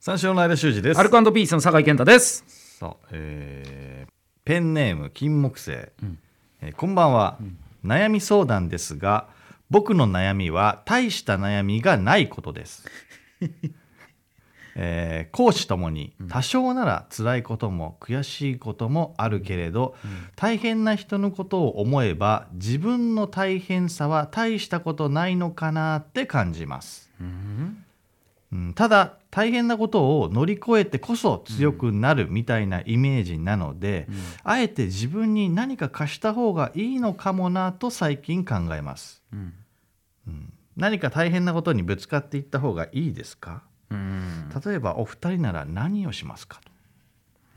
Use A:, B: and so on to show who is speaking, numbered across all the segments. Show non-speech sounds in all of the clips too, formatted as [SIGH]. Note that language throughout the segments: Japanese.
A: 三四郎の間修司です
B: アルコピースの酒井健太です。
A: さあ、えーペンネーム金木犀、えーこんばんは、悩み相談ですが僕の悩みは大した悩みがないこと
B: [LAUGHS]
A: です、えー、講師ともに多少なら辛いことも悔しいこともあるけれど、大変な人のことを思えば自分の大変さは大したことないのかなって感じますうん、ただ大変なことを乗り越えてこそ強くなるみたいなイメージなので、あえて自分に何か貸した方がいいのかもなと最近考えます、
B: うん
A: うん何か大変なことにぶつかっていった方がいいですか
B: うん。
A: 例えばお二人なら何をしますかと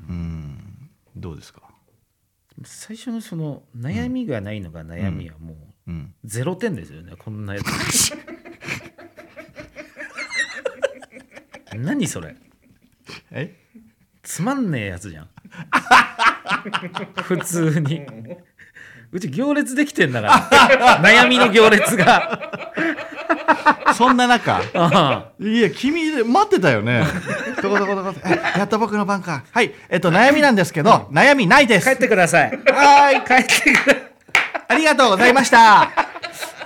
A: うんどうですか、
B: 最初のその悩みがないのが悩みはもう
A: うん、
B: ゼロ点ですよね。こんなやつ。 [LAUGHS] 何それ。
A: え
B: つまんねえやつじゃん。普通に。うち行列できてんだから。悩みの行列が。
A: そんな中
B: あ
A: いや君待ってたよ
B: [LAUGHS]
A: ねとことことことえやっと僕の番かはいえっと悩みなんですけど、悩みないで
B: あ帰っ
A: す
B: てください。
A: はーい
B: 帰ってくだ
A: ありがとうございました
B: さ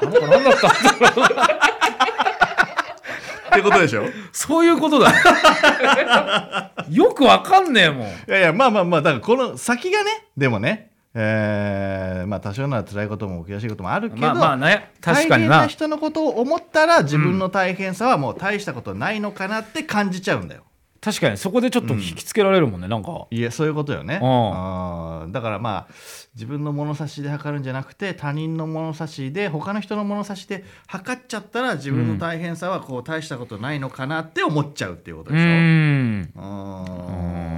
B: い。何だったんだろう
A: ってことでしょ [LAUGHS] い
B: そういうこと
A: [LAUGHS]
B: だ。よくわかんねえもん。
A: やいやまあまあまあだからこの先がねでもねえーまあ多少なら辛いことも悔しいこともあるけど、
B: まあまあね、確か
A: 大
B: に
A: 変な
B: な。
A: 人のことを思ったら自分の大変さはもう大したことないのかなって感じちゃうんだよ、
B: 確かにそこでちょっと引きつけられるもんね、なんか。
A: いやそういうことよね
B: うん
A: うんだからまあ自分の物差しで測るんじゃなくて他人の物差しで他の人の物差しで測っちゃったら自分の大変さはこう大したことないのかなって思っちゃうっていうこと
B: う
A: でしょ、
B: ーん。
A: うー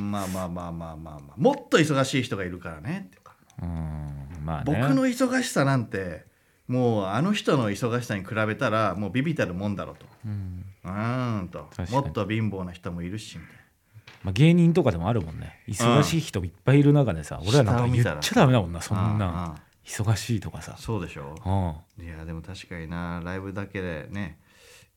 A: んまあまあまあまあまあ、まあ、もっと忙しい人がいるからねっていうか
B: うーんまあね。
A: 僕の忙しさなんてもうあの人の忙しさに比べたらもうビビたるもんだろうと
B: うん
A: うーんと
B: 確か
A: も
B: に
A: っと貧乏な人もいるしみたい
B: まあ、芸人とかでもあるもんね。忙しい人いっぱいいる中でさ、
A: うん
B: 俺らなんか言っちゃダメだもんな、そ
A: なうんん
B: な。
A: うん
B: 忙しいとかさ。
A: そうでしょ
B: うん。
A: いやでも確かになライブだけでね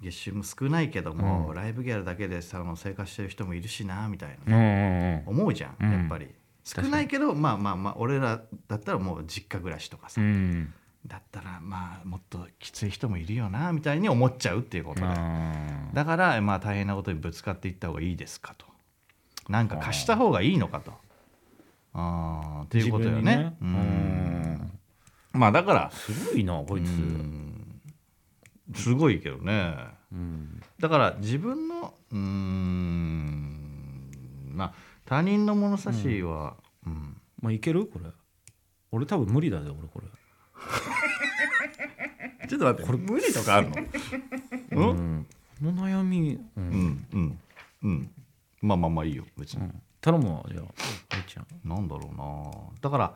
A: 月収も少ないけども、
B: うん
A: ライブギャラだけでさあの生活してる人もいるしなみたいなね、
B: うんうん
A: 思うじゃん、
B: うん
A: やっぱり少ないけどまあまあまあ俺らだったらもう実家暮らしとか
B: う
A: さ、
B: ん。
A: だったらまあもっときつい人もいるよなみたいに思っちゃうっていうこと
B: う
A: で、
B: ん。
A: だからまあ大変なことにぶつかっていった方がいいですかとなんか貸した方がいいのかとあーっていうことよねう
B: 自分に
A: ん
B: ね
A: まあだから
B: うん。すごいな、こいつ。
A: うんすごいけどね
B: うん。
A: だから自分のうーんまあ他人の物差しは、うん
B: まあ、いけるこれ。俺多分無理だぜ、俺これ。
A: ちょっと待って、これ無理とかあるの？
B: う。ん。この悩み、
A: う
B: う。
A: んんうんうん。まあまあまあいいよ別に。
B: 頼むわ、じゃあ。あいちゃん。
A: なんだろうな。だから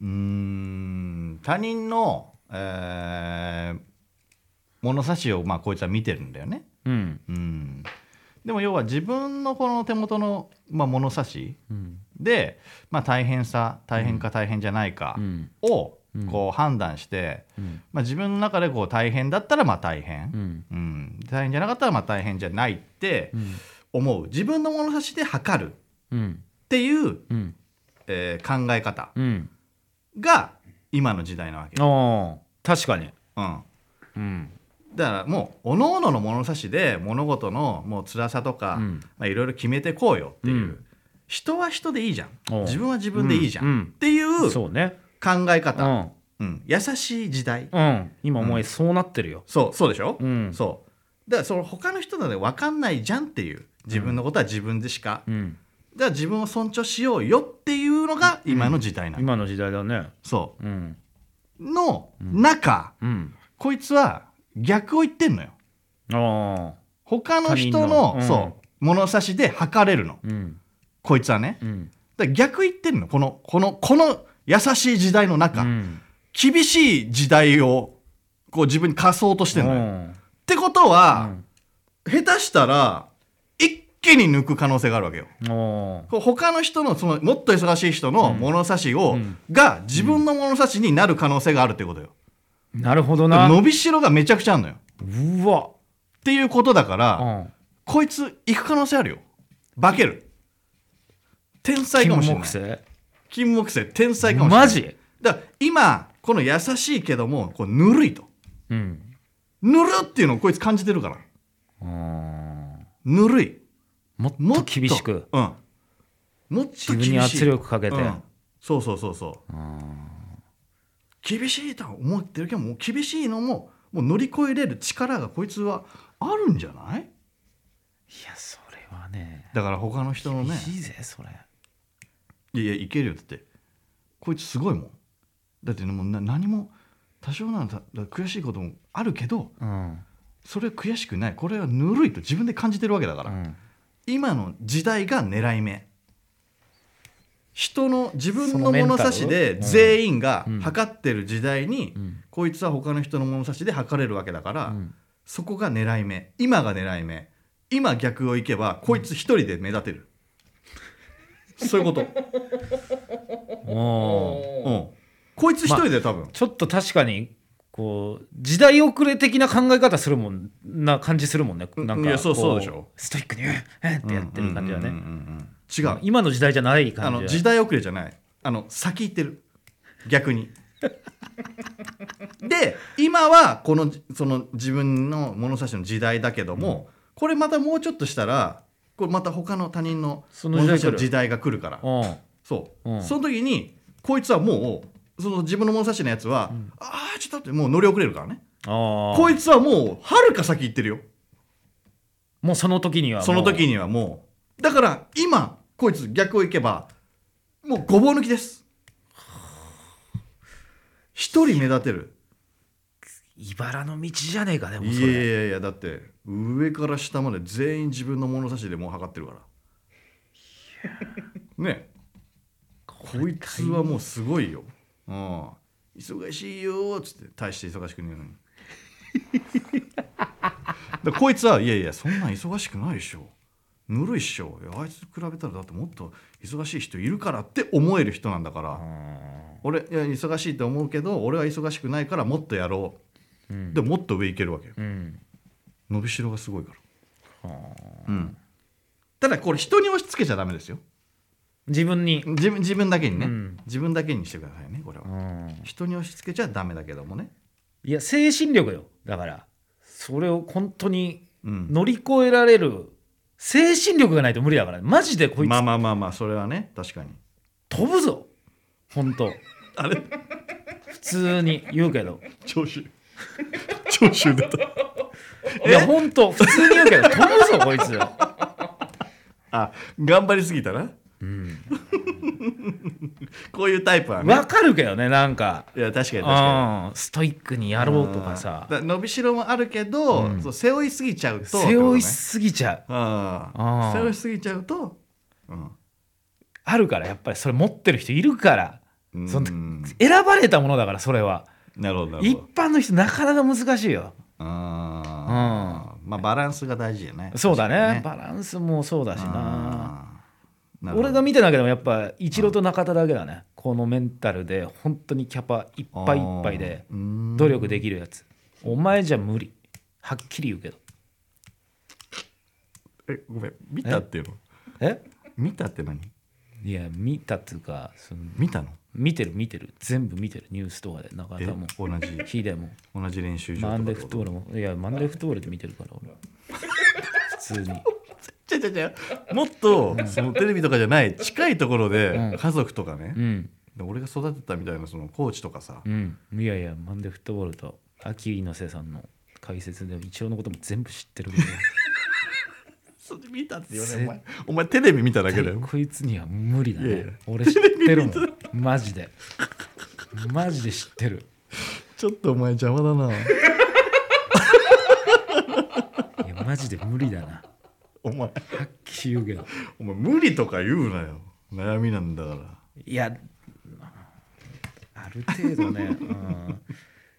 A: うーん他人の、えー物差しをまあこいつは見てるんだよね。
B: うん。
A: うん。でも要は自分のこの手元のまあ物差し
B: うん。
A: でまあ大変さ大変か大変じゃないか
B: うん。
A: を
B: うん
A: こう判断して、
B: うん。
A: まあ自分の中でこう大変だったらまあ大変。
B: うん。
A: うん、大変じゃなかったらまあ大変じゃないって
B: うん。
A: 思う自分の物差しで測るっ
B: うん。
A: ていう、
B: うん。
A: えー考え方
B: うん。
A: が今の時代なわけ、
B: ああ、確かに。
A: うん、
B: うん。
A: だからもう各々の物差しで物事のもう辛さとか、
B: うん
A: まあ、いろいろ決めてこうよっていう、
B: うん
A: 人は人でいいじゃん
B: おう
A: 自分は自分でいいじゃん、
B: うんうん
A: っていう考
B: そうね。
A: え
B: う
A: 方、
B: ん。
A: うん優しい時代、
B: うん。今お前そうなってるよ。
A: そうそうでしょ、
B: うん。
A: そうだからその他の人なので分かんないじゃんっていう自分のことは自分でしか
B: うん。
A: じゃあ自分を尊重しようよっていうのが今の時代なの、
B: 今の時代だね。
A: そ
B: うん。
A: うの中、
B: うん。
A: こいつは逆を言ってんのよ
B: ああ。
A: 他の人の
B: 他人のうん
A: そう物差しで測れるの
B: うん。
A: こいつはね
B: うん。
A: だから逆言ってんのこのこのこの優しい時代の中、
B: うん。
A: 厳しい時代をこう自分に貸そうとしてんのよ、っ
B: ん。
A: てことは、下手したら一気に抜く可能性があるわけよ
B: うん。お
A: こう他の人のそのもっと忙しい人の物差しを、
B: うん
A: が自分の物差しになる可能性があるってことよ、
B: なるほどな。
A: 伸びしろがめちゃくちゃあるのよっ
B: うわ。
A: ていうことだから、
B: うん。
A: こいつ行く可能性あるよ化ける天才かもしれない
B: 金木
A: 金木犀天才
B: 犀
A: かもしれない
B: マジ
A: だから今この優しいけどもこうぬるいと
B: うん
A: ぬるっていうのをこいつ感じてるから
B: うーん
A: ぬるい
B: もっ
A: もっ
B: と
A: と
B: 厳しく
A: うんもっと厳しい
B: 自分に圧力かけて
A: うんそうそうそうそう
B: うーん
A: 厳しいとは思ってるけどもう厳しいのももう乗り越えれる力がこいつはあるんじゃない
B: いやそれはね
A: だから他の人のね
B: 厳しいぜそれ
A: いやいやいけるよだってこいつすごいもんだってねもうな何も多少ならだだ悔しいこともあるけど
B: うん
A: それは悔しくないこれはぬるいと自分で感じてるわけだから、
B: うん
A: 今の時代が狙い目人の自分
B: そ
A: の
B: のメンタ
A: 物
B: ル
A: 差しで
B: うん
A: 全員が
B: うん
A: 測ってる時代に、
B: うん
A: こいつは他の人の物差しで測れるわけだから、
B: うん
A: そこが狙い目今が狙い目今逆をいけばこいつ一人で目立
B: [LAUGHS]
A: てる、そういうこと、
B: おー
A: うん、こいつ一人で多分、
B: ちょっと確かにこう時代遅れ的な考え方するもんな感じするもんね
A: うん
B: なん
A: い
B: か
A: やそう
B: こ
A: そうでしょ
B: ストイックにええってやってる感じだ
A: うんう
B: ね
A: んうんうん違う
B: 今の時代じゃない
A: あ
B: 感
A: の
B: じ
A: 時代遅れじゃないあの先行ってる逆にで今はこのその自分の物差しの時代だけども、これまたもうちょっとしたらこれまた他の他人の
B: その
A: 物
B: 時
A: 差
B: 代
A: しの時代が来るから
B: うん
A: そう、
B: うん
A: その時にこいつはもうその自分の物差しのやつは、ああちょっと待ってもう乗り遅れるからね
B: ああ
A: こいつはもうはるか先行ってるよ
B: もうその時にはもう
A: その時にはもうだから今こいつ逆をいけばもうごぼう抜きです一人目立てる
B: 茨の道じゃねえかでも
A: い
B: そ
A: やい
B: れ
A: やいやだって上から下まで全員自分の物差しでもう測ってるからねこいつはもうすごいよ、うん、忙しいよーっつって大して忙しくねえ
B: [LAUGHS]
A: のにだこいつはいやいやそんなん忙しくないでしょぬるいっしょいやあいつと比べたらだってもっと忙しい人いるからって思える人なんだから、
B: うん
A: 俺いや忙しいと思うけど俺は忙しくないからもっとやろ
B: う
A: うんでもっと上行けるわけよ
B: うん
A: 伸びしろがすごいから、
B: はあ
A: うん、ただこれ人に押し付けちゃダメですよ
B: 自分に
A: 自分自分だけにね、
B: うん
A: 自分だけにしてくださいねこれは、
B: うん
A: 人に押し付けちゃダメだけどもね、
B: いや精神力よだからそれを本当に
A: うん、
B: 乗り越えられる精神力がないと無理だからねマジでこいつ
A: まあまあまあまあそれはね確かに
B: 飛ぶぞ本当
A: あれ
B: 普通に言うけ
A: [LAUGHS]
B: ど
A: 長
B: [LAUGHS]
A: 州長州出た
B: いや本当普通に言うけど飛ぶぞこいつ、
A: あ頑張りすぎたな
B: うん、
A: こういうタイプはね
B: 分かるけどねなんか
A: いや確かに確か
B: うんストイックにや
A: に
B: ろうとかさ
A: だ伸びしろもあるけど、
B: うん
A: そう背負いすぎちゃうと
B: 背負い
A: って
B: すぎちゃう
A: ことねうん
B: あー
A: 背負いすぎちゃうと、うん
B: あるからやっぱりそれ持ってる人いるから
A: うん
B: その選ばれたものだからそれは
A: なるほどなる
B: 一
A: ほど
B: 般の人なかなか難しいよ
A: あーまあバランスが大事よね
B: そうだね
A: 確か
B: バランスもそうだし
A: にね
B: な
A: うんなるほど
B: 俺が見てなけでもやっぱイチローと中田だけだねこのメンタルで本当にキャパいっぱいいっぱいで
A: あーうん
B: 努力できるやつお前じゃ無理はっきり言うけど
A: えごめん見たっていうの
B: え
A: 見たって何
B: いや見たっていうかその
A: 見たの
B: 見てる見てる全部見てるニュースとかで中
A: え
B: 田も
A: 同じ
B: ヒデも
A: 同じ練習場
B: マンデ
A: と
B: ー
A: か
B: フットボールもいやマンデーフットボールで見てるから俺
A: [LAUGHS]
B: 普通に
A: ちゃちゃちゃもっとそのテレビとかじゃない近いところ
B: う
A: で
B: ん
A: 家族とかね
B: う、ん
A: で俺が育てたみたいなそのコーチとかさ、
B: うんいやいやマンデーフットボールと秋猪瀬さんの解説で一応のことも全部知ってるけど
A: それ見たって
B: 言わない
A: お前お前テレビ見ただけだよ
B: こいつには無理だね
A: いやいや
B: 俺知ってるもんマジでマジで知ってる
A: ちょっとお前邪魔だない
B: やマジで無理だな
A: お前
B: はっきり言うけど
A: お前無理とか言うなよ悩みなんだから
B: いやある程度ね、うん、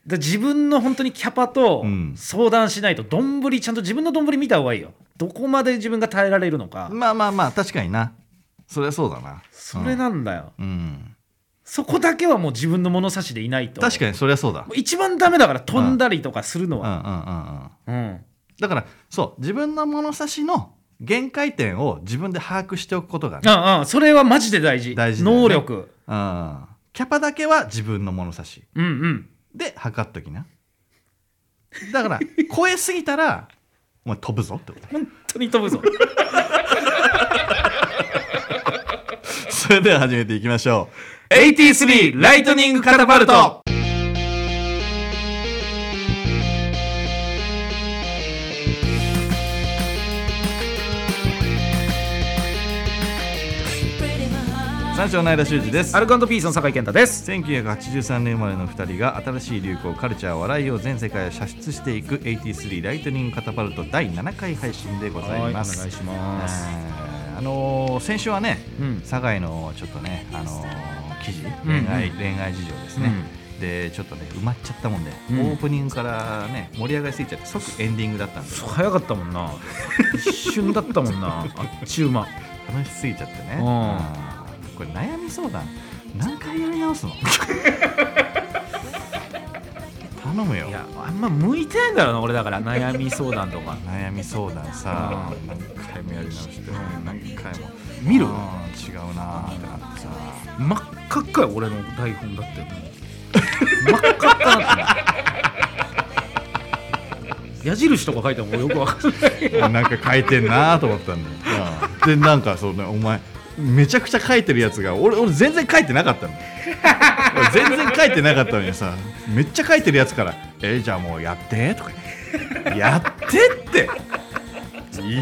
B: だ自分の本当にキャパと
A: うん
B: 相談しないとどんぶりちゃんと自分のどんぶり見た方がいいよどこまで自分が耐えられるのか
A: まあまあまあ確かになそりゃそうだな
B: それなんだよ、
A: うん
B: そこだけはもう自分の物差しでいないと
A: 確かにそりゃそうだ
B: もう一番ダメだから飛んだりとかするの
A: うんうんう
B: は、
A: んうん
B: うん
A: だからそう自分の物差しの限界点を自分で把握しておくことがね、
B: ああそれはマジで大事
A: 大事だよね
B: 能力
A: うん、キャパだけは自分の物差し
B: うんうん
A: で測っときなだから
B: [LAUGHS]
A: 超えすぎたらお前飛ぶぞってこと
B: 本当に飛ぶぞ [LAUGHS]
A: それでは始めていきましょ
B: 83ライトニングカタパルト
A: う三章の間修二です
B: アルカンドピースの酒井健太です
A: 1983年生まれの2人が新しい流行カルチャー笑いを全世界へ射出していく83ライトニングカタパルト第7回配信でございます。
B: しま
A: えーあのー先週はね、
B: うん
A: 酒井のちょっとね、あのー記事
B: うんうん
A: 恋愛,、恋愛事情ですね、でちょっとね埋まっちゃったもんで、
B: うん
A: オープニングからね盛り上がりすぎちゃって即エンディングだったんで
B: そう早かったもんな一瞬だったもんなあっちゅう間
A: 楽しすぎちゃってね、
B: うん
A: うんこれ悩み相談何回やり直すの [LAUGHS] 頼むよ
B: いやあんま向いてないんだろうな俺だから悩み相談とか
A: 悩み相談さ
B: う
A: 何回もやり直して
B: うん
A: 何回も
B: 見る
A: うん違うなーってなってさ
B: 真っ赤っかよ俺の台本だってもう真っ赤っかなって矢印とか書いてもよくわかんない
A: なんか書いてんなーと思ったんだよでなんかそうねお前めちゃくちゃ書いてるやつが俺俺全然書いてなかったの俺全然書いてなかったのにさめっちゃ書いてるやつから「えじゃあもうやって」とか言って「やって」って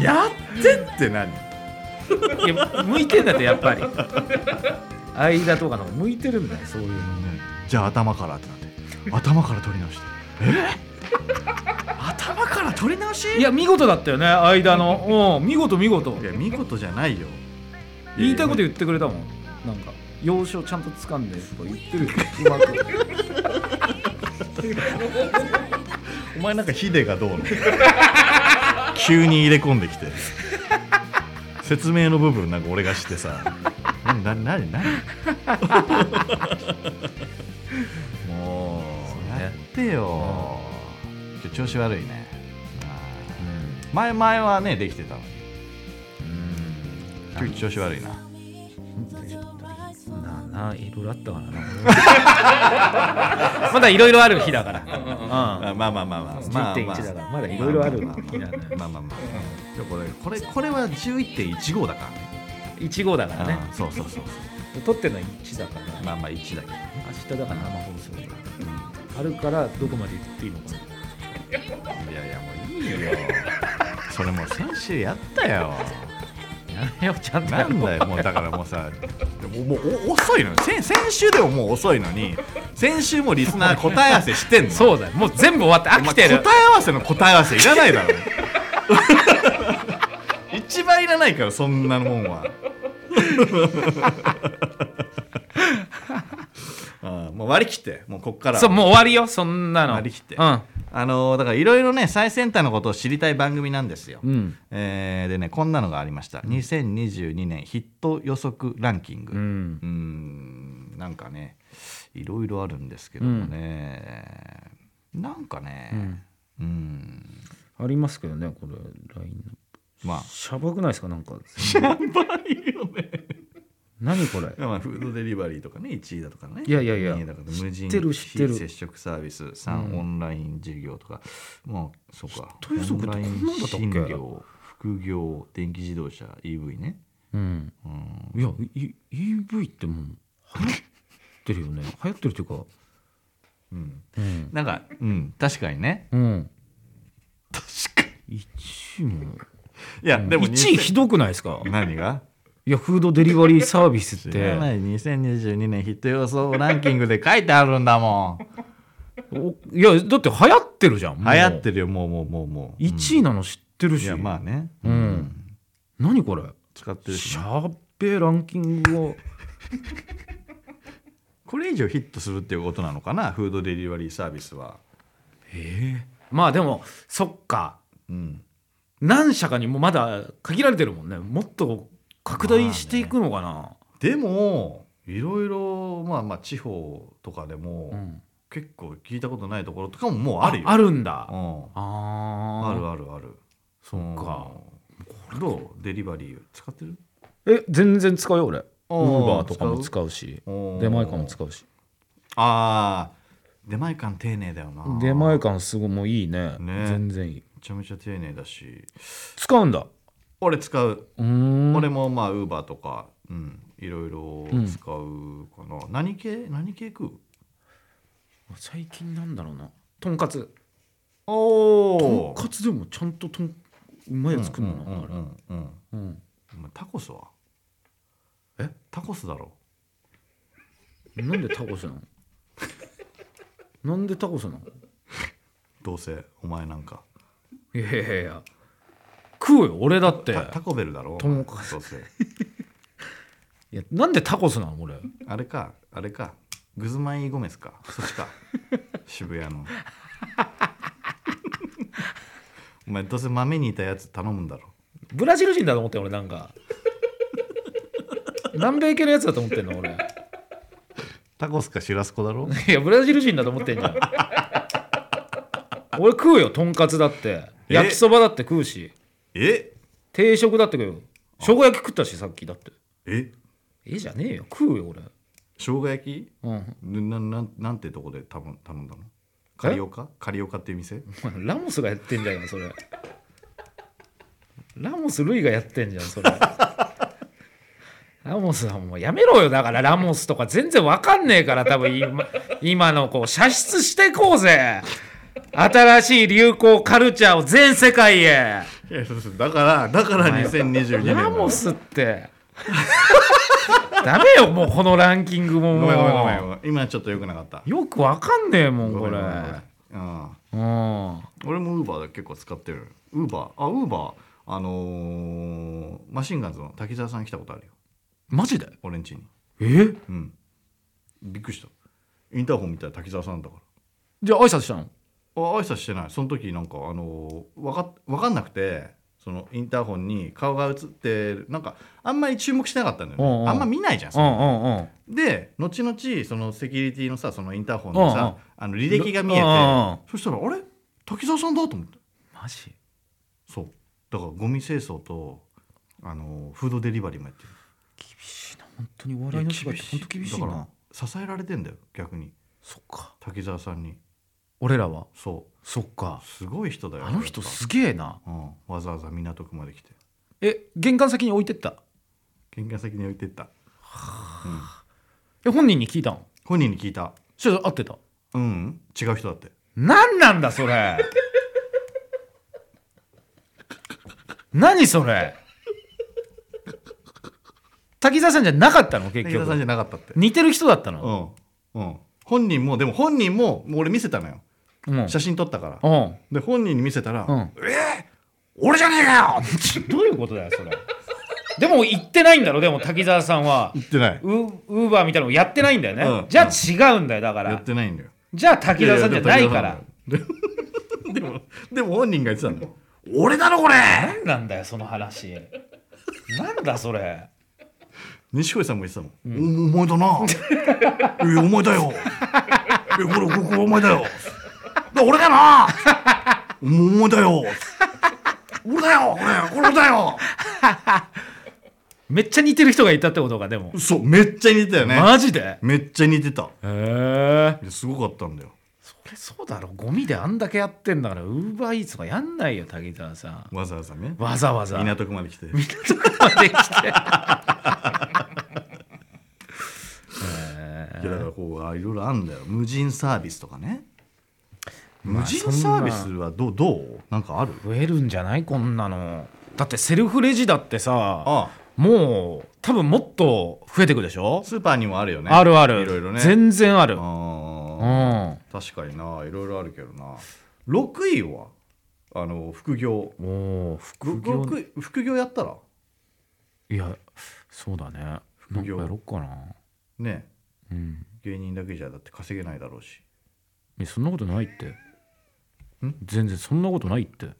A: 「やって」って何
B: いや向いてんだってやっぱり間とかの方が向いてるんだよそういうの
A: じゃあ頭からってなって頭から取り直してえ頭から取り直し
B: いや見事だったよね間のうん見事見事
A: いや見事じゃないよ
B: 言いたいこと
A: 言
B: 言ってくれたもんなんか要所ちゃんと掴んでとか言ってるようまく
A: お前なんかヒデがどうの急に入れ込んできて説明の部分なんか俺がしてさなななになにもうやってよ今日調子悪いねあー前前はねできてたのに今日調子悪いな
B: うんなあないろいろあったから [LAUGHS] なまだいろいろある日だからうん
A: あまあまあまあまあまあまあ
B: 10.1だからまだいろいろある
A: ま
B: わ
A: あまあまあまあまあまあでもこれこれこれは11.15だからね
B: 1号だからね
A: うんそうそうそうそう
B: 撮ってるのは1だから
A: まあまあ1だけどね
B: 明日だから生放送あるからどこまで言っていいのかない
A: やいやもういいよ [LAUGHS] それもう先週やったよ
B: やめようちゃんとや
A: な
B: ろうん
A: だ
B: [LAUGHS]
A: よもうだからもうさもうもうお遅いのよ先先週でももう遅いのに先週もリスナー答え合わせしてんの
B: そうだよもう全部終わって飽きて
A: お前
B: る
A: 答え合わせの答え合わせいら
B: [LAUGHS]
A: ないだろ一番いらないからそんなもんは [LAUGHS] ああもう割り切ってもうこっからは
B: そうもう終わりよそんなの
A: 割り切って
B: うん
A: あのーだからいろいろね最先端のことを知りたい番組なんですよ、
B: うん
A: えーでねこんなのがありました2022年ヒット予測ランキング
B: う
A: うん
B: ん
A: ーんなんかねいろいろあるんですけどもね、なんかねうん
B: ありますけどねこれライン
A: まあ
B: しゃばくないですかなんかしゃばいよね何これ
A: まあ、フードデリバリーとかね1位だとかね
B: いやいやいや
A: 二位だとか無人
B: 知ってる知ってる
A: 非接触サービス3、
B: うん
A: オンライン事業とかまあそうか
B: ヒット予測ってこんなんだったっけ
A: オンライン診療副業電気自動車 EV ね
B: うん
A: うん
B: いやい EV ってもう流行ってるよね流行ってるっていうか
A: うん
B: うん、
A: なんかうん確かにね
B: うん、
A: 確か
B: 1位も
A: にいやでも
B: 1位ひどくないですか
A: 何が
B: いやフードデリバリーサービスっ
A: 知らな
B: て
A: い2022年ヒット予想ランキングで書いてあるんだもん
B: おいやだって流行ってるじゃ
A: 流
B: ん
A: 行って
B: る
A: るよもうもうもうもう
B: 1位なの知ってる
A: い
B: し、
A: やまあね
B: うん何これ
A: 使ってるし
B: し
A: ね
B: ゃっべえランキング
A: [LAUGHS]
B: を
A: これ以上ヒットするっていうことなのかなフードデリバリーサービスは
B: ええまあでもそっか
A: うん
B: 何社かにもまだ限られてるもんねもっと拡大していくのかな、
A: でもいろいろまあまあ地方とかでも、
B: うん
A: 結構聞いたことないところとかももうあるよ
B: あるんだ
A: う。ん
B: あ
A: ある
B: あ
A: あるある
B: そっか
A: うんどうデリバリー使ってる
B: え全然使うよ俺ウ
A: あ
B: ー
A: ー
B: バーとかも使うし出前館も使
A: う
B: うし
A: ああ出前館丁寧だよな
B: 出前館すごいもういいね
A: ね
B: 全然いい
A: めちゃめちゃ丁寧だし
B: 使うんだ
A: 俺使う、
B: うーん
A: 俺もまあウーバーとかうんいろいろ使うかな、何系何系食う
B: 最近なんだろうなとんかつ
A: お
B: とん
A: お
B: かつでもちゃんととんうまいやつ食うの
A: うんうん
B: なあ
A: う
B: れ
A: んうん
B: うん
A: お前タコスはえタコスだろ
B: なんでタコスなのなんでタコスなの
A: どうせお前なんか
B: いやいやいや食うよ俺だって
A: タタコベルだろ
B: ともか
A: どうせ
B: いやなんでタコスなの俺
A: あれかあれかグズマン・イーゴメスかそっ [LAUGHS] ちか渋谷のお前どうせ豆にいたやつ頼むんだろ
B: ブラジル人だと思ってん俺なん [LAUGHS] か南米系のやつだと思ってんの俺
A: タコスかシュラスコだろ
B: [LAUGHS] いやブラジル人だと思ってんじゃん俺食うよとんかつだって
A: え
B: 焼きそばだって食うし
A: え
B: 定食だって食うよ生姜焼き食ったしさっきだって
A: え
B: えじゃねえよ食うよ俺
A: 生姜焼き
B: うん [LAUGHS]
A: なななんてとこで頼む頼んだのカリオカカリオカっていう店
B: お前ラモスがやってんじゃんそれラモスルイがやってんじゃんそれラモスはもうやめろよだからラモスとか全然わかんねえから多分今今のこう射出してこうぜ新しい流行カルチャーを全世界へ
A: だからだから2022
B: ラモスってダメよもうこのランキングも
A: ご
B: も
A: めんごめんごめん
B: う
A: ごめん今ちょっとよくなかった
B: よくわかんねえもんこ
A: ごめん
B: れ
A: ごめんごめんうん
B: うん
A: 俺もウーバーだ結構使ってるウーバーあウーバーあのーマシンガンズの滝沢さん来たことあるよ
B: マジで
A: 俺ん家に
B: え
A: うんびっくりしたインターホン見たら滝沢さんだから
B: じゃあ挨拶したの
A: あ挨拶してないその時なんかあのーわかわかんなくてそのインターホンに顔が映ってるなんかあんまり注目してなかったんだよね、
B: うんうん
A: あんま見ないじゃん、
B: うんうんうん
A: で後々そのセキュリティのさそのインターホンの
B: うんうん
A: さ、あの履歴が見えて、
B: うんうん
A: そしたらあれ滝沢さんだと思って
B: マジ
A: そうだからゴミ清掃とあのフードデリバリーもやってる
B: 厳しいな本当にお笑いの世界って本当厳しい
A: だ
B: な
A: から支えられてんだよ逆に
B: そっか
A: 滝沢さんに
B: 俺らは
A: そ
B: そっ
A: う
B: か
A: すごい人だよ
B: あの人すげえな
A: うん、わざわざ港区まで来て
B: え玄関先に置いてった
A: 玄関先に置いてった、うん、
B: え本人に聞いたん
A: 本人に聞いた
B: そしたら合ってた
A: うんうん違う人だって
B: 何なんだそれ何それ滝沢さんじゃなかったの結
A: 滝沢さん
B: 局
A: じゃなかったって
B: 似てる人だった
A: う
B: の
A: んうん本人もでも本人ももう俺見せたのよ
B: うんうん
A: 写真撮ったから
B: う
A: で本人に見せたら「
B: ん
A: 俺じゃねえかよ!」
B: [LAUGHS] どういうことだよそれでも言ってないんだろでも滝沢さんは
A: 言ってない
B: ウウーバーみたいなのやってないんだよね、
A: うん
B: じゃあ違うんだよだか
A: や
B: ら
A: ってないんだよ
B: じゃあ滝沢さんじゃないから
A: いやいや。 [LAUGHS] でも、でも本人が言ってたんだよ。俺だろ、これ
B: 何なんだよその話なんだそれ
A: 西堀さんも言ってたもん。おお前だな。え、
B: [LAUGHS]
A: お前だよ。え、これ、ここ、お前だよ。だ俺だな。お前だよ。俺だよ、これ、これだよ。
B: めっちゃ似てる人がいたってことかでも、
A: そう、めっちゃ似てたよね。
B: マジでへ
A: めっちゃ似てた。
B: え
A: ですごかったんだよ。
B: そりゃそうだろゴミであんだけやってんだからウーバーイーツとかやんないよ滝沢さん
A: わざわざね。
B: わざわざ
A: 港区まで来て。
B: 港区ま [LAUGHS] で来てへえ
A: いやだからこうあいろいろあんだよ無人サービスとかね
B: まあ
A: 無人サービスはどうどうなんかある
B: 増えるんじゃないこんなのだってセルフレジだってさ
A: あ
B: もう多分もっと増えてくでしょ、
A: スーパーにもあるよね
B: あるある
A: いろいろね
B: 全然あるう
A: あ
B: ん
A: ー確かにないろいろあるけどな6位はあの副業
B: もう副
A: 副
B: 業
A: 業副業やったら
B: いやそうだねなん
A: 副
B: か
A: 業
B: やろっかな
A: ね
B: うん
A: 芸人だけじゃだって稼げないだろうし
B: えそんなことないって
A: ん
B: 全然そんなことないって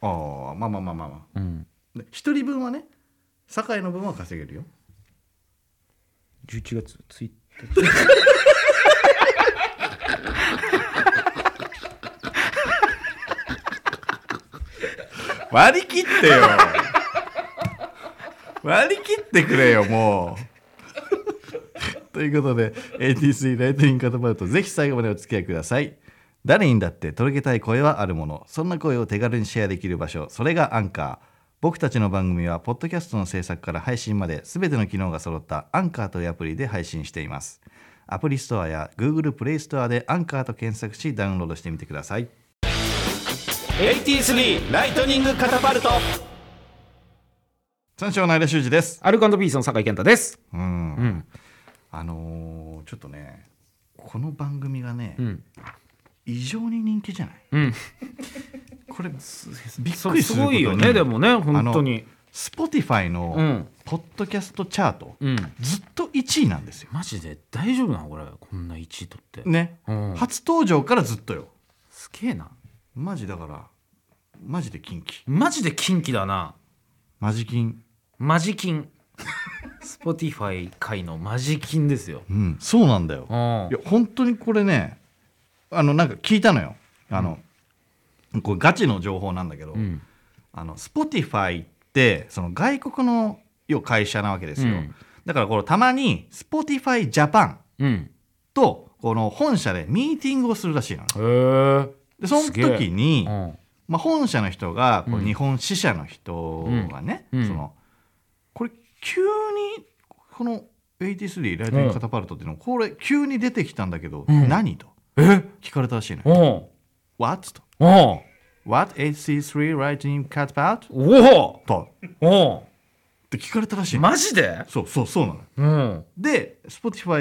A: ああまあまあまあまあま
B: うん
A: あで一人分はね酒井の分は稼げるよ
B: 11月ツイ
C: 割り切ってよ割り切ってくれよも
A: という [LAUGHS] ことで AT3 ライトニングカタパルトぜひ最後までお付き合いください誰にだって届けたい声はあるものそんな声を手軽にシェアできる場所それがアンカー僕たちの番組はポッドキャストの制作から配信まで全ての機能が揃ったアンカーというアプリで配信していますアプリストアや Google プレイストアでアンカーと検索しダウンロードしてみてください
C: AT3 ライトニングカタパルト
A: 三章の間修二です
B: アルカンドピースの酒井健太です。
A: うん、
B: うん。
A: あのーちょっとねこの番組がね、
B: うん。
A: 異常に人気じゃない
B: うん。
A: これびっ
B: そ
A: く
B: う
A: りす
B: す
A: ること
B: ごい
A: に
B: よね、でもね、本当に。
A: Spotify
B: う
A: の
B: ん。
A: ポッドキャストチャート、
B: うん。
A: ずっと1位なんですよ。
B: マジで大丈夫なのこれ、こんな1位取って。
A: ね、
B: うん。
A: 初登場からずっとよ。
B: すげえな。
A: マジだから、マジで近畿。
B: マジで近畿だな。
A: マジ金。
B: マジ金。スポティファイ界のマジ金ですよ。
A: うん、そうなんだよ。
B: うん
A: いや、本当にこれね、あの、なんか聞いたのよ。あの、これガチの情報なんだけど、
B: うん。
A: あの、Spotify って、その外国の、要会社なわけですよ。
B: うん
A: だから、このたまに、Spotify Japan
B: うん。
A: と、この本社でミーティングをするらしいの。
B: へえ。
A: で、その
B: すげ
A: 時
B: え
A: に、
B: うん。
A: まあ、本社の人がこう
B: うん
A: 日本支社の人がね、
B: うん
A: そのこれ急にこの83ライトニングカタパルトっていうのこれ急に出てきたんだけど、
B: うん
A: 何と
B: え
A: 聞かれたらしいのよ。
B: おう
A: What? と
B: おう
A: What? AC3 ライトニングカタパルト
B: おう
A: とっ
B: お
A: て聞かれたらしいうの、
B: マジで
A: そうそうそうなの。
B: うん。
A: で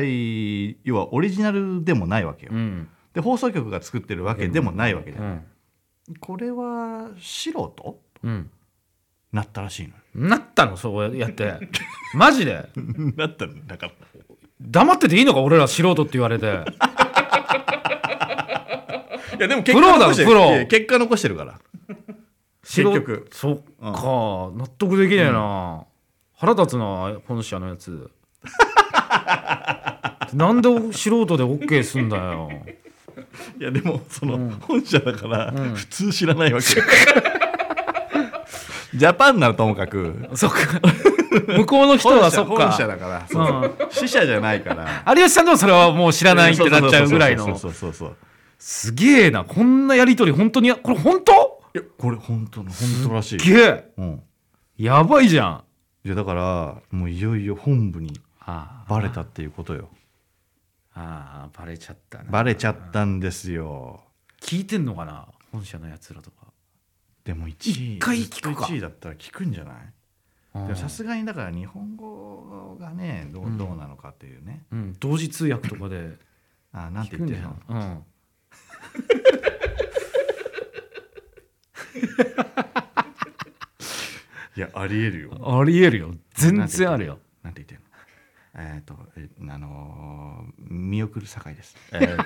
A: Spotify 要はオリジナルでもないわけよ。
B: うん。
A: で放送局が作ってるわけでもないわけじゃ。
B: うんん。
A: これは素人と
B: うん。
A: なったらしいのよ。
B: なったのそうやって。マジで
A: なったんだから。
B: 黙ってていいのか俺ら素人って言わ
A: [LAUGHS]
B: れて。
A: いやでも
B: プロだろ
A: 結果残してる
B: プ
A: い
B: ロ
A: や結果残してるから結局
B: そっか、納得できねえな、腹立つな本社のやつ [LAUGHS] なんで素人で OK すんだよ
A: いやでもその、
B: うん
A: 本社だから、
B: うん
A: 普通知らないわけよジャパンならともかく
B: そっか向こうの人はそっ
A: 本社だ
B: か
A: からそう死者じゃないから
B: 有吉さんでもそれは [LAUGHS] もう知らないってなっちゃうぐらい
A: そう
B: の
A: そうそうそうそう
B: すげえなこんなやり取り本当にやこれ本当
A: そういやこれ本当の本当らしい、
B: げえ
A: うん、
B: やばいじゃん
A: いやだからもういよいよ本部に
B: あ
A: バレたっていうことよ
B: あーバレちゃったな
A: バレちゃったんですよ
B: 聞いてんのかな本社のやつらとか
A: でも1位
B: 一回
A: ずっと
B: 聞くか
A: 1位だったら聞くんじゃないでもさすがにだから日本語がねどうどうなのかっていうね、
B: うん、同時通訳とかで
A: あなんて言ってるの
B: うん。
A: いやありえるよ
B: ありえるよ。全然あるよ。
A: [LAUGHS] なんて言ってんのえっ、とえあのー見送る酒井ですえっ、と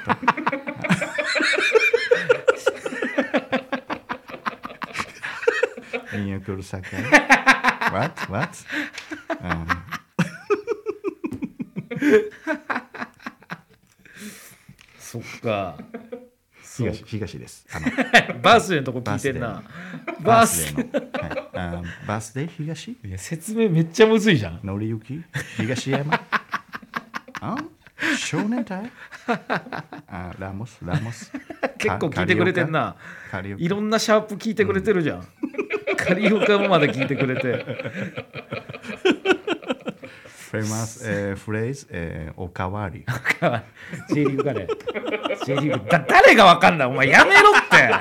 A: 見送る酒井 [LAUGHS] What? What?
B: [LAUGHS] そっか。
A: う
B: そ
A: ん、
B: う
A: 東東ですあの
B: バースデーのとこ聞いてんな。バースデ
A: デーの、はい、あーバースデー東
B: ー。いや説明めっちゃむずいじゃん。
A: 乗り行き東山あ少年隊あラモスラモス
B: [LAUGHS] 結構聞いてくれてんな。
A: カリオケ
B: いろんなシャープ聞いてくれてるじゃん。カリオカもまだ聞いてくれて。
A: フェマス、えー、フレーズ、えー、おかわり
B: J リーグかね。J リーグ。だ誰がわかんないお前やめろって。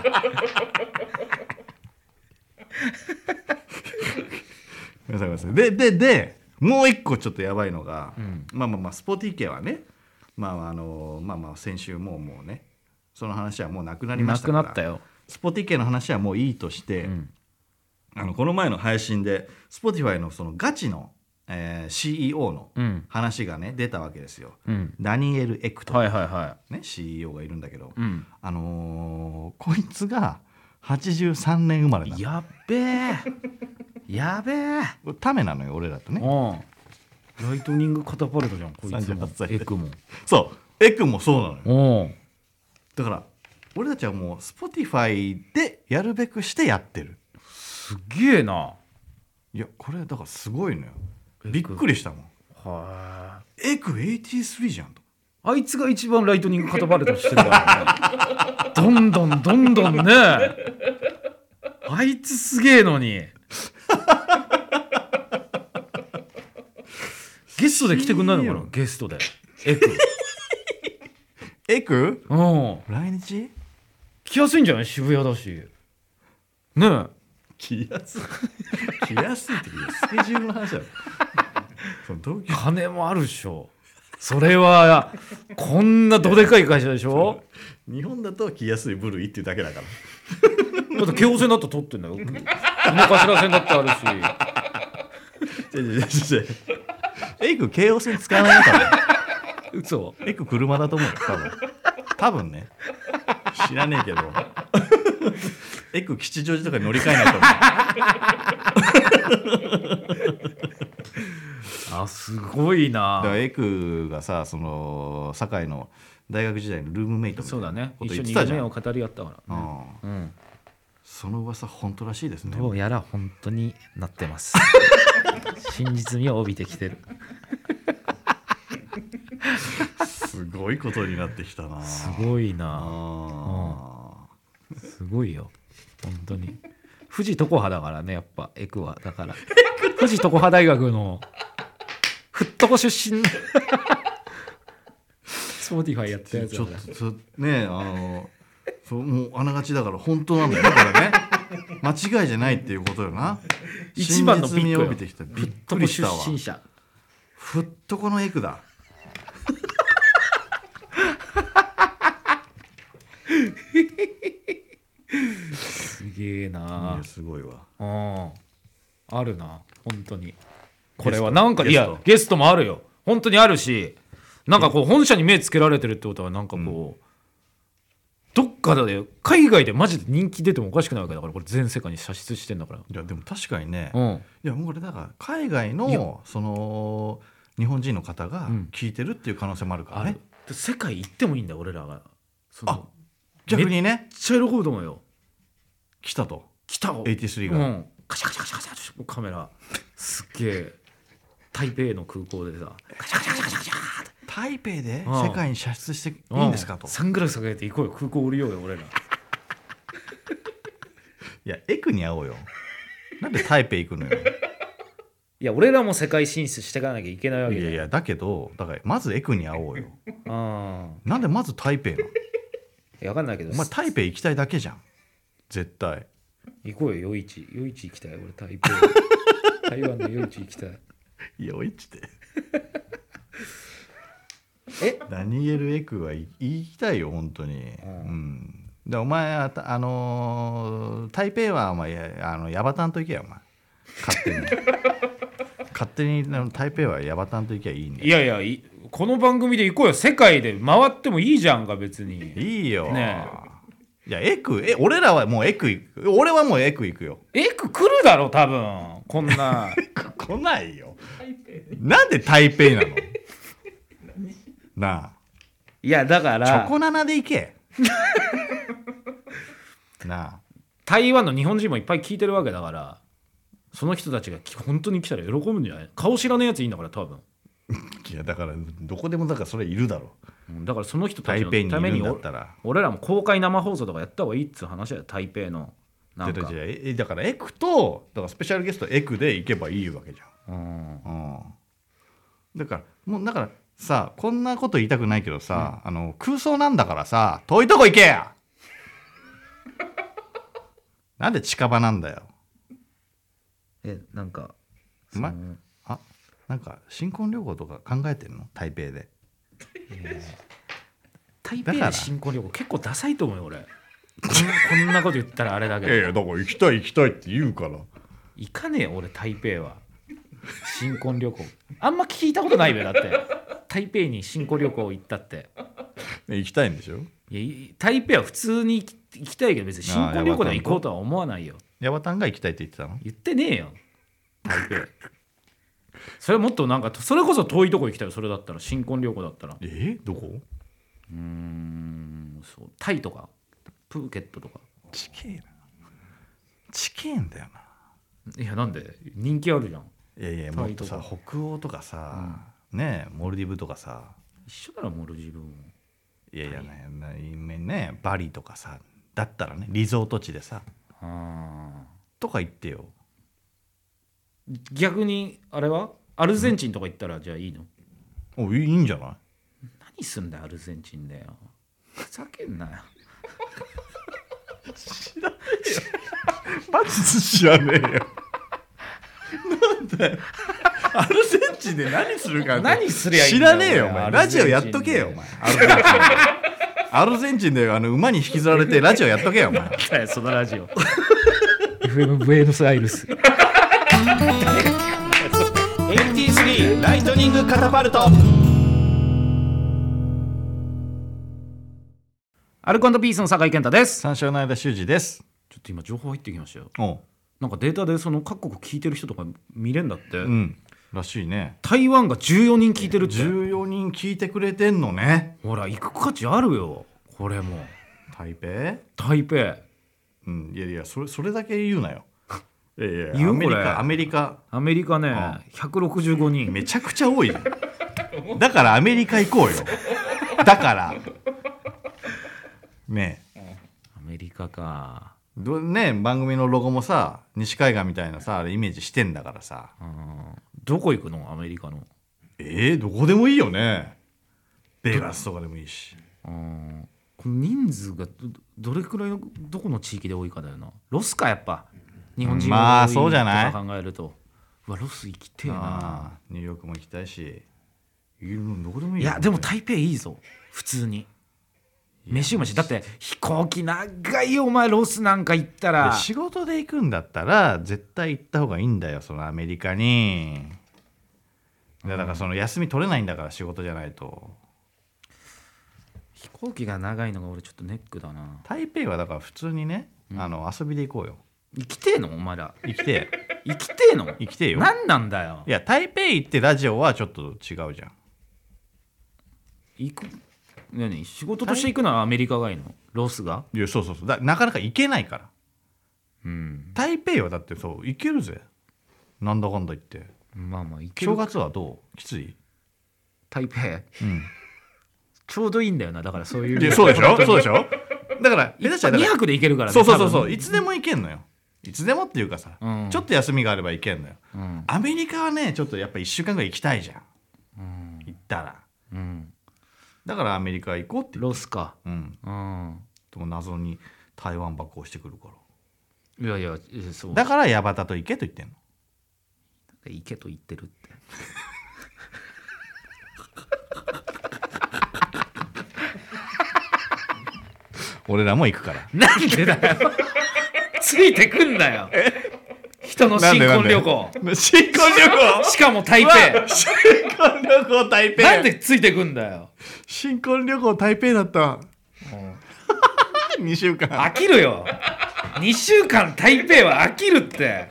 A: ごめんなさいごめんなさいでででもう一個ちょっとやばいのが、
B: うん
A: まあまあまあスポティ系はねまああのまあまあ先週もうもうねその話はもうなくなりま
B: な
A: した
B: く
A: から
B: なったよ。
A: スポティ系の話はもういいとして、
B: ん
A: あのこの前の配信で Spotify のそのガチの、えー、CEO の
B: うん
A: 話がね出たわけですよ、
B: うん。
A: ダニエル・エクト、
B: はいはいは
A: ね、CEO がいるんだけど、
B: い。うん。
A: あのーこいつが83年生まれなの
B: やっべえ。やべえ。
A: これためなのよ俺らとね
B: うん。ライトニングカタパルトじゃん、こいつも
A: 38歳。で
B: エクも。
A: そうエクもそうなのよ
B: うん。
A: だから俺たちはもう Spotify でやるべくしてやってる
B: すげえな。
A: いやこれだからすごいのよびっくりしたもん
B: は
A: エク83じゃんと
B: あいつが一番ライトニングカタパルトしてる [LAUGHS] からね。どんどんどんどんね。あいつすげえの [LAUGHS] に。ゲストで来てくんないのかなゲストで。エク。
A: エク
B: うん。
A: 来日
B: 来やすいんじゃない渋谷だし。ねえ。
A: 来や [LAUGHS] すい来やすいってスケジュールの話だ
B: [LAUGHS]
A: ろその東京
B: 金もあるでしょ。それは、こんなどでかい会社でしょ
A: 日本だと来やすい部類っていうだけだから
B: だって京王線だって取ってんだよ。井の頭線だってあるし。
A: 違う違う違う違うエイク京王線使わないよ多分
B: 嘘
A: エイク車だと思うよ多分多分ね知らねえけどエイク吉祥寺とかに乗り換えないと思
B: あすごいう
A: だから
B: な
A: エイクがさその堺の大学時代のルームメイトみた
B: そ
A: いう
B: だ
A: な
B: ね
A: こと言
B: 一緒
A: っ
B: に
A: てたじゃ
B: 夢
A: ん、
B: を語り合ったから、ね
A: うん、
B: うん、
A: その噂本当らしいですね
B: どうやら本当になってます [LAUGHS] 真実味を帯びてきてる
A: すごいことになってきたな
B: すごいな
A: あ
B: すごいよ本当に富士常葉だからねやっぱエクはだから富士常葉大学のふっとこ出身スポーティファイやったやつ
A: ちょ
B: だ
A: っ
B: か
A: と
B: ら
A: そねあのそうもうあながちだから本当なんだよだから
B: [LAUGHS]
A: ね間違いじゃないっていうことよな
B: 一番のビッ
A: 真実
B: グ
A: 味
B: よ
A: を帯びてきたびっくりしたわ
B: ふっとこ出身者
A: ふっとこのエクだ
B: すげえない
A: やすごいわ
B: うんあるな本当にこれはなんか
A: ゲス
B: い
A: ト
B: やゲストもあるよ本当にあるしなんかこう本社に目つけられてるってことはなんかこう、どっかで海外でマジで人気出てもおかしくないわけだからこれ全世界に射出してんだから
A: いやでも確かにね、
B: う
A: い
B: ん
A: やもうこれだから海外
B: いや
A: のその日本人の方が
B: うん
A: 聞いてるっていう可能性もあるから
B: あ
A: ね、
B: るで世界行ってもいいんだよ俺らがその
A: あ逆にね
B: めっちゃ喜ぶと思うよ
A: 来たと
B: 来たよ
A: 83
B: う
A: が、
B: ん、カシャカシャカシャカシャカメラすっげえ台北の空港でさカシャカシャカシャカシャ
A: 台北で
B: うん
A: 世界に射出していいんですかと、
B: うサングラスかけて行こうよ空港降りようよ俺ら
A: いやエクに会おうよなんで台北行くのよ
B: いや俺らも世界進出していかなきゃいけないわけ
A: い
B: だ
A: やいやだけどだからまずエクに会おう [LAUGHS] よ
B: うん
A: なんでまず台北なの [LAUGHS]
B: いやわかんないけど
A: お前台北行きたいだけじゃん絶対
B: 行こうよ夜市夜市行きたい俺台北 [LAUGHS] 台湾の夜市行きたい
A: いやおいちて
B: え
A: ダニエル・エクはい行きたいよ本当にう
B: うん
A: んでお前あたあのー台北はお前やあのヤバタンと行けよお前勝手に [LAUGHS] 勝手にあの台北はヤバタンと行けばいいんだ
B: い
A: よ
B: やいやいこの番組で行こうよ世界で回ってもいいじゃんか別に
A: いいよ、
B: ね
A: いやエクえ俺らはもうエク行く俺はもうエク行くよ
B: エク来るだろ多分こんな
A: 来ないよなんで台北なのなあ
B: [LAUGHS] いやだか
A: チョ
B: ら
A: コナナで行けなあ
B: 台湾の日本人もいっぱい聞いてるわけだからその人たちがき本当に来たら喜ぶんじゃない顔知らねえやついいんだから多分
A: いやだからどこでもだからそれいるだろ
B: うんだからその人た
A: 台
B: ちの
A: 北にい
B: ため
A: る
B: に
A: んだ
B: お
A: ったら
B: 俺らも公開生放送とかやった方がいいっつう話だよ台北のなん
A: じゃあ
B: か
A: じゃあえだからエクとだからスペシャルゲストエクで行けばいいわけじ
B: うん
A: ゃん、うん、だからもうだからさこんなこと言いたくないけどさ、あの空想なんだからさ遠いとこ行け
B: [LAUGHS]
A: やなんで近場なんだよ
B: えなんか
A: うまい
B: その
A: あなんか新婚旅行とか考えてるの台北で
B: 台
A: だか
B: 北
A: ら
B: で新婚旅行結構ダサいと思う
A: [LAUGHS]
B: よ俺こんこんなこと言ったらあれだけど
A: やだから行きたい行きたいって言うから
B: 行かねえよ俺台北は新婚旅行あんま聞いたことないべだって台北に新婚旅行行ったって
A: 行きたいんでしょ
B: いやい台北は普通に行き行きたいけど別に新婚旅行では行こうとは思わないよ
A: ヤバタンが行きたいって言ってたの
B: 言ってねえよ台北 [LAUGHS] それもっとなんかそれこそ遠いとこ行きたいよそれだったら新婚旅行だったら
A: えどこ
B: うーんもそうタイとかプーケットとか
A: ちけえなちけえんだよない
B: やなんで人気あるじゃん
A: いやいや
B: タ
A: もっ
B: イ
A: と
B: とか
A: さ北欧とかさ、ねえモルディブとかさ
B: 一緒だろモルジブも
A: いやいやね,、ねねバリとかさだったらねリゾート地でさ
B: あ
A: とか行ってよ
B: ー逆にあれはアルゼンチンとか行ったらじゃあいいの
A: おいいいいんじゃない
B: 何すんだよアルゼンチンだよふざけんなよ
A: マジ知らねえよ
C: アルゼンチンで何するかって
B: 何すりゃいいん
A: 知
B: だ
A: らねえよお前ラジオやっとけよお前アルゼンチンでアルゼンチンであの馬に引きずられてラジオやっとけよお前
B: 前そのラジオ FM ブエノスアイルス
C: 83ライトニングカタパルト
B: アルコピースの酒井健太です
A: 三章の間修二です
B: ちょっと今情報入ってきましたよ
A: おう
B: なんかデータでその各国聞いてる人とか見れんだって、
A: うんらしいね
B: 台湾が14人聞いてるって
A: 14人聞いてくれてんのね
B: ほら行く価値あるよこれも
A: 台北
B: 台北
A: うんいやいやそれそれだけ言うなよいやいや
B: 言う
A: アメリ
B: これ
A: カアメリカ
B: アメリカね、
A: あ
B: 165人
A: めちゃくちゃ多いよだからアメリカ行こうよだからねえ
B: アメリカか
A: どねえ番組のロゴもさ西海岸みたいなさあれイメージしてんだからさ
B: うんどこ行くのアメリカの
A: えー、どこでもいいよねベガスとかでもいいし
B: うんこの人数がどどれくらいのどこの地域で多いかだよなロスかやっぱ日本人
A: うんま
B: が
A: あ
B: 多い
A: そうじゃない
B: とか考えるとうわロス行きてえな
A: ああニューヨークも行きたいしいやどこでもいい
B: い
A: よ
B: やでも台北いいぞ普通に飯うまいしだって飛行機長いよお前ロスなんか行った
A: で
B: ら
A: 仕事で行くんだったら絶対行った方がいいんだよそのアメリカにいやだからその休み取れないんだから仕事じゃないと
B: 飛行機が長いのが俺ちょっとネックだな
A: 台北はだから普通にね、あの遊びで行こうよ
B: 生きてえのお前ら
A: 生きて [LAUGHS]
B: 生きてえの
A: 生きてえよ
B: 何なんだよ
A: いや台北行ってラジオはちょっと違うじゃん
B: 行く何仕事として行くのはアメリカがいいのロスが
A: いやそうそうそうだなかなか行けないから
B: うん
A: 台北はだってそう行けるぜなんだかんだ言って
B: まあまあ行ける
A: 正月はどうきつい、
B: 台北
A: うん、
B: ちょうどいいんだよなだからそういう
A: いやそうで [LAUGHS] しょそうでしょだから下手したら
B: 2泊で行けるからね
A: そうそうそうそうい
B: 多
A: つでも行けんのよいつでもっていうかさ、
B: うん
A: ちょっと休みがあれば行けんのよ
B: 分
A: アメリカはねちょっとやっぱ1週間ぐらい行きたいじゃん
B: うん
A: 行ったら
B: うんうん
A: だからアメリカ行こうって
B: ロスか
A: うん
B: うん
A: でも謎に台湾ばっこしてくるから
B: いやいやえそう
A: だから矢端と行けと言ってんの
B: 行けと言ってるって
A: 俺らも行くから
B: なんでだ
A: [LAUGHS]
B: よついてくんなよ人の新婚旅行
A: [LAUGHS] 新婚旅
B: [LAUGHS] しかも台北
A: 行新婚旅行台北
B: なんでついてくんだよ
A: 新婚旅行台北だった2週間
B: 飽きるよ2週間台北は飽きるって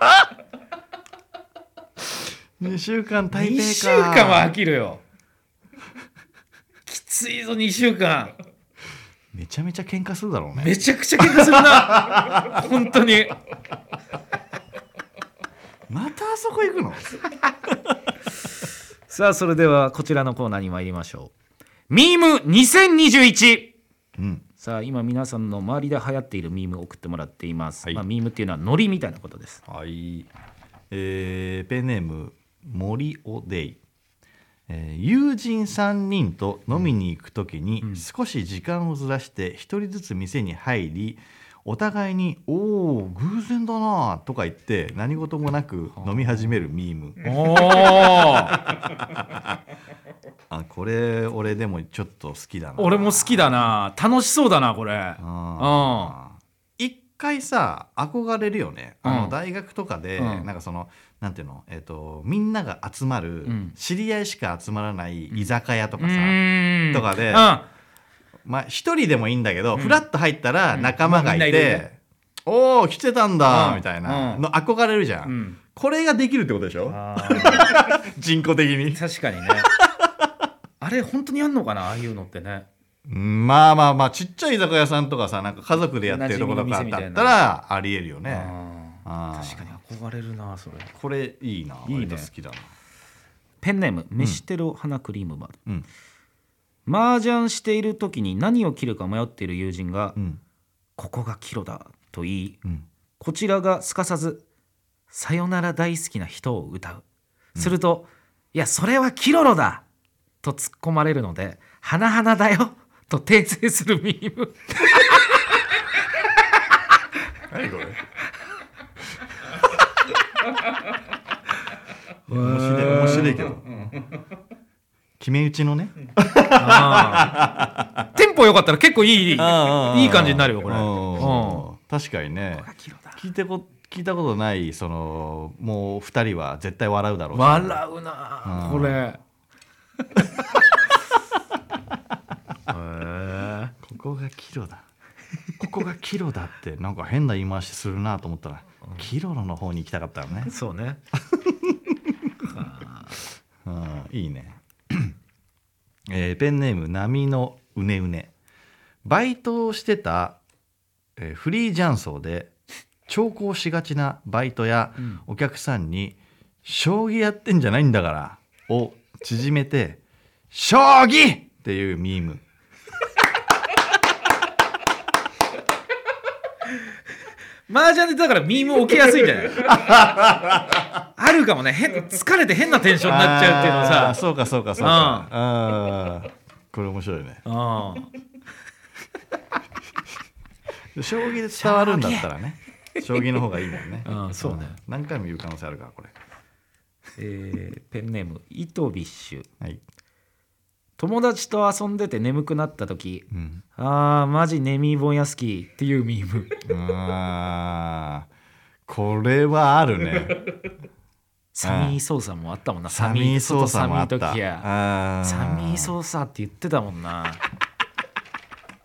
A: 2週間台北
B: 2
A: か
B: 週間は飽きるよきついぞ2週間
A: めちゃめちゃ喧嘩するだろうね
B: めちゃくちゃ喧嘩するな本当に
A: またあそこ行くの
B: さあそれではこちらのコーナーに参りましょうミーム2021
A: うん
B: さあ今皆さんの周りで流行っているミームを送ってもらっています、
A: はい
B: まあ、ミームっていうのはノリみたいなことです
A: はい、えーペンネーム森尾デイ、えー友人3人と飲みに行く時に少し時間をずらして1人ずつ店に入りお互いに「おお偶然だな」とか言って何事もなく飲み始めるミーム
B: おー
A: あこれ俺でもちょっと好きだな
B: 俺も好きだな楽しそうだなこれ
A: あー一回さ憧れるよねあの、
B: うん
A: 大学とかで、
B: うん
A: なんかそのなんていうの、えっとみんなが集まる、
B: うん
A: 知り合いしか集まらない居酒屋と
B: う
A: かさ、
B: ん
A: とかで
B: うんあ
A: まあ一人でもいいんだけど、フラッと入ったら仲間がいて、
B: うんみんないるよね
A: おお来てたんだ、
B: うん
A: みたいな、
B: うん
A: の憧れるじゃん、
B: うん
A: これができるってことでしょ
B: ー
A: 人工的に
B: [LAUGHS] 確かにねあれ本当にあんのかなああいうのってね
A: うんまあまあまあちっちゃい居酒屋さんとかさなんか家族でやってるところとかだ
B: 馴染みの店
A: っ
B: み
A: た
B: たい
A: らありえるよね
B: あ
A: あ
B: ー
A: ー
B: 確かに憧れるなそれ
A: これいいない
B: い
A: 割
B: ね
A: と好きだな
B: ペンネーム飯テロ花クリームバー
A: うん
B: 麻雀している時に何を切るか迷っている友人が
A: うん
B: 「ここがキロだ」と言い
A: うん
B: こちらがすかさず「さよなら大好きな人」を歌うすると「いやそれはキロロだ!」と突っ込まれるので「花々だよ!」と訂正するミーム
A: 何これ面白い面白いけど [LAUGHS] 決め打ちのね
B: あーテンポ良かったら結構いいいい感じになるよこれ。うん
A: れ確かにね
B: キロだ
A: 聞いてこ聞いたことないそのもう二人は絶対笑うだろうし
B: 笑うな
A: う
B: あ
A: ん
B: これへ [LAUGHS] え
A: ここがキロだここがキロだってなんか変な言い回しするなと思ったら、キロロの方に行きたかったのね、
B: そうね
A: うん、いいね、 [CLEARS THROAT] えーペンネーム波のうねうねバイトをしてた、えーフリージャンソーで調校しがちなバイトや
B: うん
A: お客さんに「将棋やってんじゃないんだから」を縮めて「将棋!」っていうミーム
B: 麻雀でだからミーム起きやすいんじ
A: [LAUGHS]
B: ゃないあるかもね変疲れて変なテンションになっちゃうっていうの
A: あー
B: はさ
A: そうかそうかそうかあーこれ面白いね
B: うん
A: 将棋で伝わるんだったらね
B: [LAUGHS]
A: 将棋の方がいいもんね
B: うんそうね
A: ん何回も言う可能性あるからこれ
B: えーペンネームイトビッシュ
A: はい、
B: 友達と遊んでて眠くなった時
A: うん、
B: あーマジネミーボンヤスキーっていうミーム
A: あーこれはあるね
B: サミーソー [LAUGHS] サもあったもんな
A: サミー操作もあった
B: サミーとキヤ
A: あー
B: サミー操作って言ってたもんな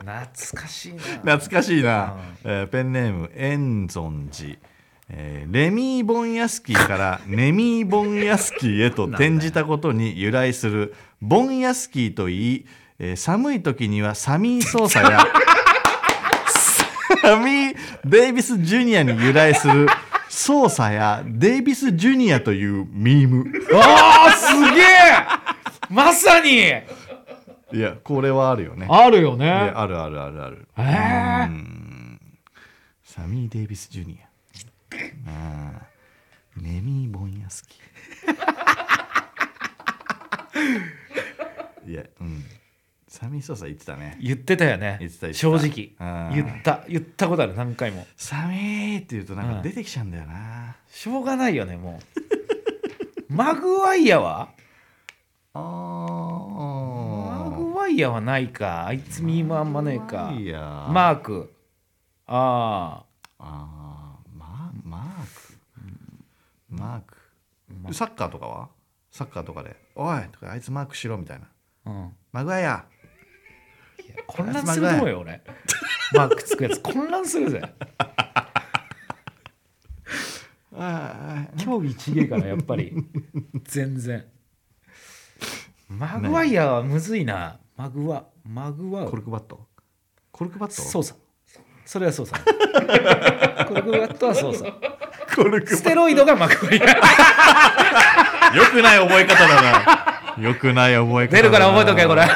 B: 懐かしいな
A: 懐かしいな、えーペンネーム円存寺えーレミー・ボンヤスキーからネミー・ボンヤスキーへと転じたことに由来するボンヤスキーといい、えー寒い時にはサミー操作やサミー・デイビス・ジュニアに由来する操作やデイビス・ジュニアというミーム
B: あーすげえまさに
A: いやこれはあるよね
B: あるよ
A: い
B: ね
A: やあるあるあるある
B: え
A: う
B: ー
A: んサミー・デイビス・ジュニア。ああネミー・ボンヤス [LAUGHS] キー。いや、うん。サミー・ソーサ言ってたね。
B: 言ってたよね
A: 言ってた言ってた
B: 正直
A: あー
B: 言った言ったことある何回も
A: サミーって言うとなんか出てきちゃうんだよな。
B: しょうがないよねも
A: [LAUGHS]
B: うマグワイアはマ
A: あ
B: グワイアはないかあいつミームあんまねえ
A: あ。
B: か
A: いや。ま
B: マークあ
A: あー。まマーク。マーク。
B: ま
A: サッカーとかはサッカーとかで「おい!」とか「あいつマークしろ」みたいな
B: あうん
A: 「マグワイア!」
B: 混乱すると思うよ
A: [LAUGHS]
B: 俺マークつくやつ混乱するぜ
A: ああ
B: 競技ちげえからやっぱり全然マグワイアはむずいなマグワマグワウ
A: コルクバットコルクバット
B: 操作それは操作コルクバットは操作
A: コルク
B: [LAUGHS] ステロイドがマグワイア
A: [LAUGHS] よくない覚え方だなよくない覚え方だな
B: [LAUGHS] 出るから覚えとけこれ [LAUGHS]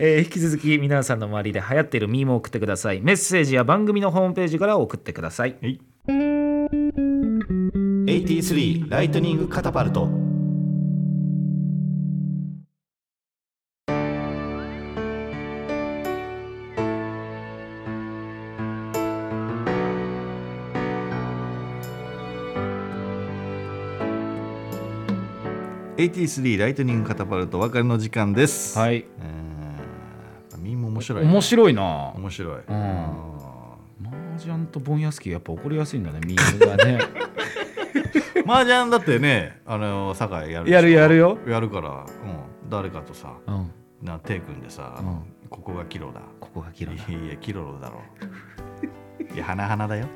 B: えー引き続き皆さんの周りで流行っているミームを送ってくださいメッセージや番組のホームページから送ってください
A: はい
C: 83ライトニングカタパルト
A: 83ライトニングカタパルトお別れの時間ですい
B: はい
A: みんも面白いね
B: 面白いな
A: 面白い
B: うん
A: あ
B: マージャンとボンヤスキーやっぱ怒りやすいんだねミームが [LAUGHS] ね
A: ー麻雀だってねあの酒井やるでしょ
B: やるやるよ
A: やるからうん誰かとさ
B: うん
A: な手組んでさ
B: うん
A: ここがキロだ
B: ここがキロだ
A: いやキロロだろういや花々だよ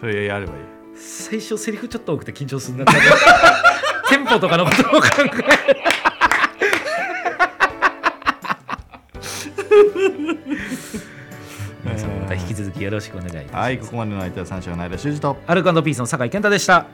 A: それやればいい
B: 最初セリフちょっと多くて緊 [LAUGHS] 張するんだ
A: [LAUGHS]
B: テンポとかのことを考えよろしくお願いいたします、
A: はいここまでの相手は三四郎の間修二と
B: アルコピースの酒井健太でした